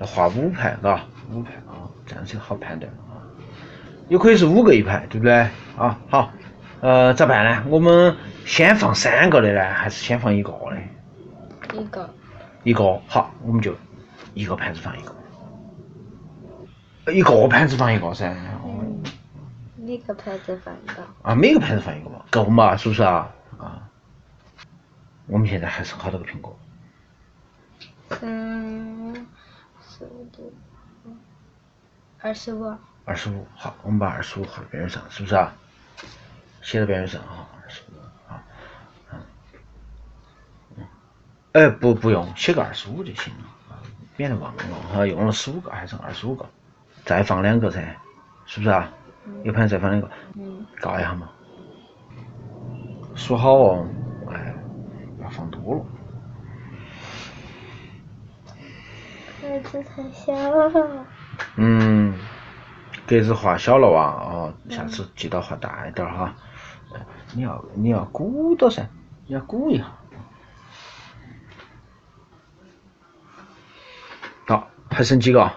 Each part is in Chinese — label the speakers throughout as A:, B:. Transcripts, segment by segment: A: 花五块啊，五块啊，这样就好判断了啊。有可以是五个一排，对不对？啊，好，呃，咋办呢？我们先放三个的呢，还是先放一个呢？
B: 一个，
A: 一个好，我们就一个盘子放一个，呃一个盘子放一个噻。哦
B: 嗯，那个牌子反倒，
A: 啊，每个盘子放一个嘛，够嘛，是不是啊？啊，我们现在还剩好多个苹果，
B: 嗯，十五，二十五，
A: 二十五。好，我们把二十五画到边儿上，是不是啊？写到边儿上啊，二十五啊，嗯，哎，不不用，写个二十五就行了，啊免得忘了哈。用了十五个，还剩二十五个，再放两个噻，是不是啊？一盘再放两个，
B: 嗯，
A: 搞一下嘛。数好哦，哎，不要放多了。
B: 牌子太小了，
A: 嗯，格子画小了哇，哦，下次记得画大一点儿哈。哎你要你要鼓捣噻，你要鼓一下。好，还剩几个？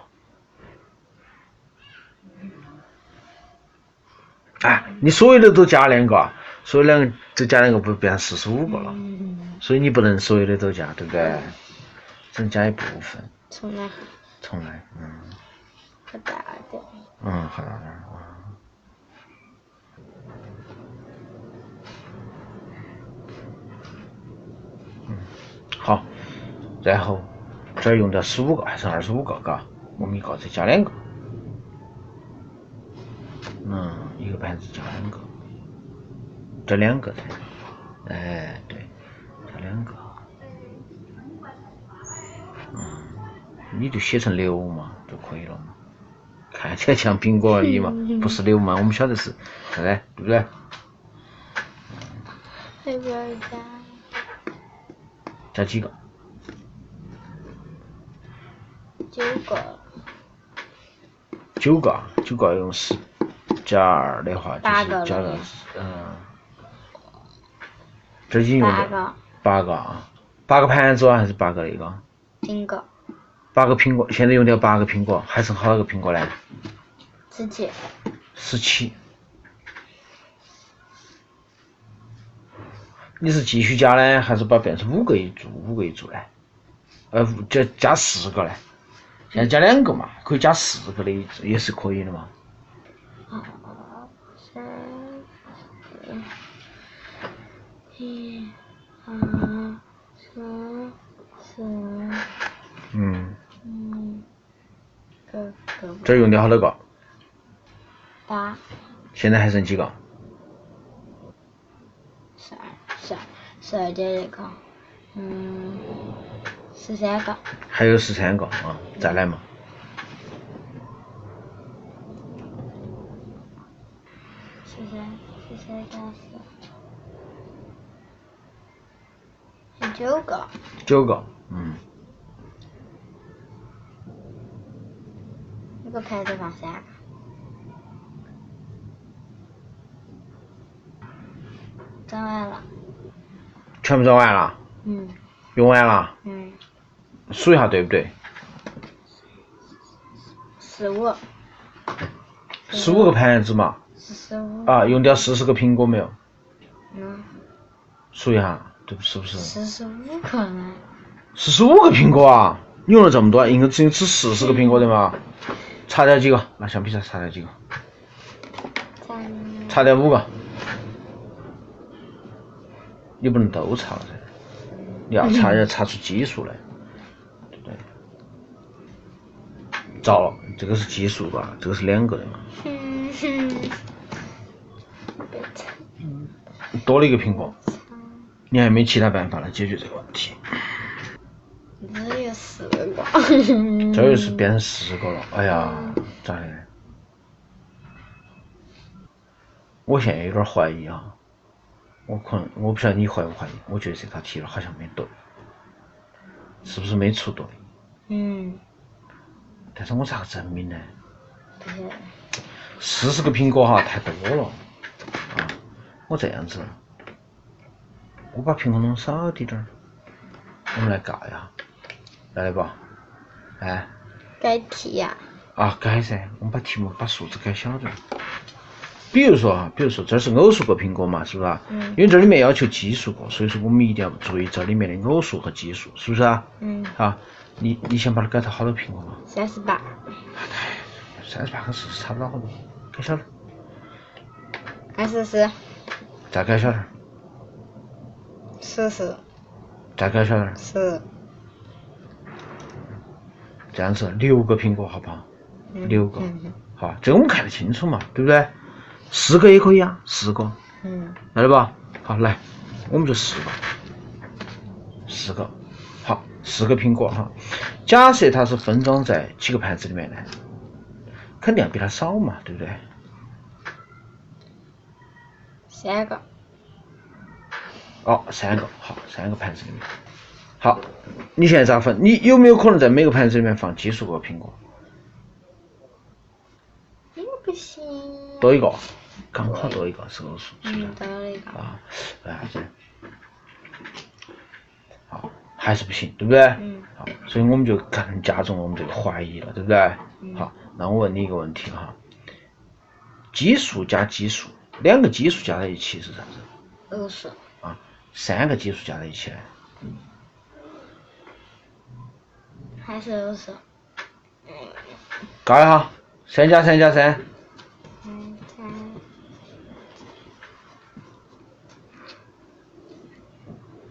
A: 哎，你所有的都加两个啊，所有两个都加两个，不变成四十五个了？所以你不能所有的都加，对不对？只能加一部分，
B: 重来，
A: 重来，嗯。
B: 我打的，
A: 嗯，好点儿。嗯，好，然后这儿用掉十五个，还剩二十五个，嘎，我们一个再加两个。嗯，一个盘子加两个，这两个噻。哎，对，加两个。嗯，你就写成六嘛，就可以了嘛。看起来像苹果而已嘛，不是六嘛，我们晓得是，对不对？对不对？
B: 要不要加？
A: 加几个？
B: 九个，
A: 九个啊，九个用十加二的话，就
B: 八
A: 是
B: 个了
A: 加到嗯，这已经用
B: 八
A: 掉
B: 个，
A: 八个啊，八个盘子啊，还是八个那个？
B: 一个，
A: 八个苹果，现在用掉八个苹果，还剩好多个苹果呢？
B: 自己，
A: 十七。你是继续加呢，还是把变成五个一组，五个一组呢？呃，五加加四个呢？现在加两个嘛，可以加四个的一组也是可以的嘛。嗯
B: 好，三，四，一，二，三，四，
A: 嗯，
B: 嗯，哥哥
A: 这儿用掉好多个，
B: 八，
A: 现在还剩几个？
B: 十二，十二，十二节这个，嗯，十三个，
A: 还有十三个啊，再来嘛。
B: 十三，十三加四，十九个，
A: 九个，嗯，
B: 那个牌子放三个，整完了，
A: 全部装完了，
B: 嗯
A: 用完了，
B: 嗯，
A: 数一下对不对？
B: 十五，
A: 十五个盘子嘛，
B: 十五，
A: 啊，用掉四十个苹果没有？
B: 嗯，
A: 数一下，对不是不是？
B: 四十五个呢，
A: 四十五个苹果啊！你用了这么多，应该只有吃四十个苹果的嘛？擦掉几个？拿橡皮擦擦掉几个？
B: 三，
A: 擦掉五个。你不能都擦了噻，你要擦要擦出基数来，对不对？糟了，这个是基数吧？这个是两个的嘛？
B: 嗯哼，别猜，
A: 多了一个苹果，你还没其他办法来解决这个问题。
B: 只有四个，
A: 这又是变成十个了，哎呀，咋的？我现在有点怀疑啊，我可能我不晓得你怀不怀疑，我觉得这道题好像没对，是不是没出对？
B: 嗯，
A: 但是我咋个证明呢？
B: 不是，
A: 四十个苹果哈太多了，啊，我这样子，我把苹果弄少滴点儿，我们来尬一下，来吧，哎，
B: 改题呀、
A: 啊，改噻，我们把题目把数字改小点儿。比如说啊哈，比如说这儿是偶数个苹果嘛，是不是啊？
B: 嗯
A: 因为这里面要求奇数个，所以说我们一定要注意这里面的偶数和奇数，是不是啊？
B: 嗯，
A: 啊，你你想把它改成好多苹果嘛？
B: 三十八，
A: 三十八和四十差不到好多，改小点儿，
B: 二十四，
A: 再改小点儿，
B: 四十，
A: 再改小点儿，
B: 四，
A: 这样子六个苹果好不好？
B: 嗯
A: 六个
B: 嗯
A: 好，这个我们看得清楚嘛，对不对？四个也可以啊，四个，
B: 嗯，
A: 来了吧？好，来，我们就四个，四个，好，四个苹果哈。假设它是分装在几个盘子里面的，肯定要比它少嘛，对不对？
B: 三个，
A: 哦，三个，好，三个盘子里面。好，你现在咋分？你有没有可能在每个盘子里面放奇数个苹果？
B: 那个哎不行，
A: 多一个，刚好多一个是偶数，是不是
B: 嗯，？多了一个，
A: 啊，哎，这，好，还是不行，对不对？
B: 嗯
A: 好，所以我们就更加重我们这个怀疑了，对不对？
B: 嗯
A: 好，那我问你一个问题哈，奇数加奇数，两个奇数加在一起是啥子？
B: 二十，
A: 啊，三个奇数加在一起呢？
B: 还是二十，
A: 搞一下，三加三加三，
B: 嗯，三，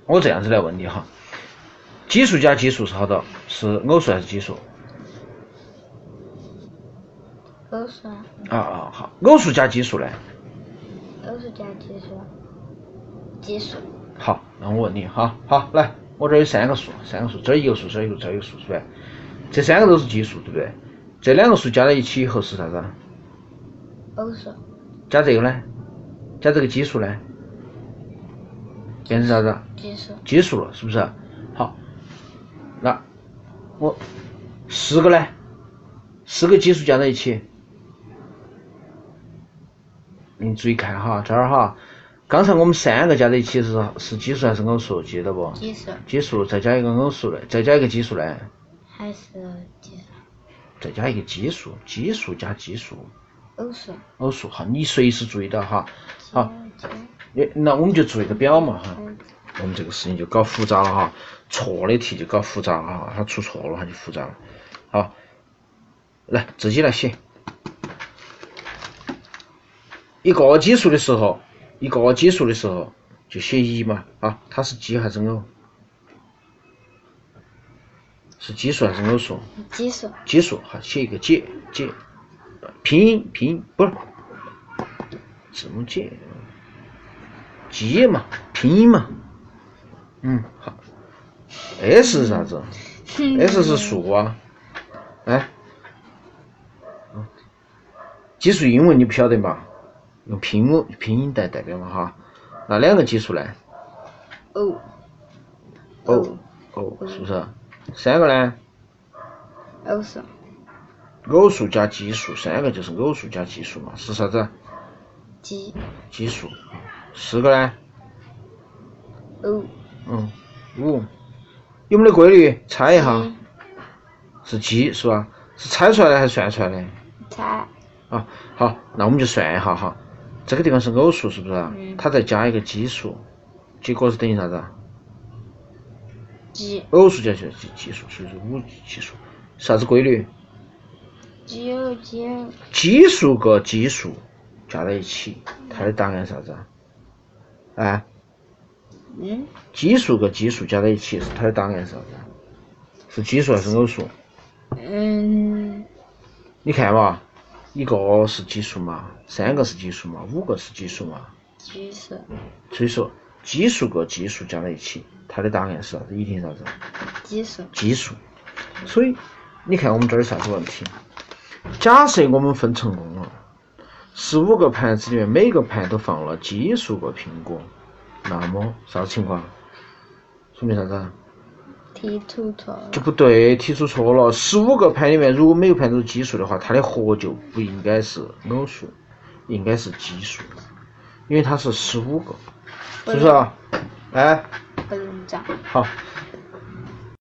A: 我这样子来问你哈，奇数加奇数是好多？是偶数还是奇数？
B: 二十，
A: 啊啊，好，偶数加奇数呢？
B: 二十加几数？几数？
A: 好，那我问你哈，好，来，我这儿有三个数，三个数，这儿一个数，这儿一个，这儿一个数，是不是？这三个都是奇数，对不对？这两个数加在一起以后是啥子啊？
B: 二十，
A: 加这个呢？加这个奇数呢？变成啥子啊？
B: 几数？
A: 奇数了，是不是？好，那我十个呢？十个奇数加在一起，你注意看哈，这儿哈，刚才我们三个加在一起是是奇数还是偶数？记得不？
B: 几数？
A: 奇数，再加一个偶数嘞，再加一个奇数嘞，
B: 还是几数？
A: 再加一个奇数，奇数加奇数，
B: 二十，
A: 偶数哈，你随时注意到哈。
B: 几
A: 好，
B: 几？
A: 你那我们就做一个表嘛哈，
B: 嗯
A: 我们这个事情就搞复杂了哈，错的题就搞复杂了哈，它出错了它就复杂了。好，来自己来写。一个奇数的时候，一个奇数的时候就写一嘛啊，它是奇还是偶？是奇数还是偶数？
B: 几数？
A: 结束哈，写一个结结，拼音拼音不是怎么结？结嘛，拼音嘛，嗯好。S 是啥子？S 是数啊，哎，嗯基数英文你不晓得嘛？用拼音拼音代代表嘛哈。那两个基数呢？
B: 哦，
A: 哦哦，是不是？三个呢？
B: 二十，
A: 偶数加奇数，三个就是偶数加奇数嘛，是啥子？
B: 几？
A: 奇数。十个呢？
B: 哦，
A: 嗯，五。有没得规律？猜一下
B: 七，，
A: 是奇是吧？是猜出来的还是算出来的？
B: 猜，
A: 啊，好，那我们就算一下哈。这个地方是偶数，是不是啊？
B: 嗯
A: 它再加一个奇数，结果是等于啥子啊？
B: 几？
A: 偶数加奇数，奇数，所以说五奇数。啥子规律？
B: 几二几二，
A: 奇数和奇数加在一起，它的答案是啥子啊？哎。
B: 嗯，
A: 奇数和奇数加在一起，是它的答案是啥子？是奇数还是偶数？
B: 嗯，
A: 你看嘛，一个是奇数嘛，三个是奇数嘛，五个是奇数嘛，
B: 几数？
A: 所以说奇数和奇数加在一起，它的答案是啥子？一定是啥子？
B: 几数？
A: 奇数。所以你看我们这儿有啥子问题？假设我们分成功了，十五个盘子里面每个盘都放了奇数个苹果，那么啥情况？说明啥子啊？
B: 题出错了
A: 就，不对，提出错了。十五个盘里面，如果每个盘都是奇数的话，它的和就不应该是偶数，应该是奇数，因为它是十五个，是不是啊？哎，
B: 不能找。
A: 好，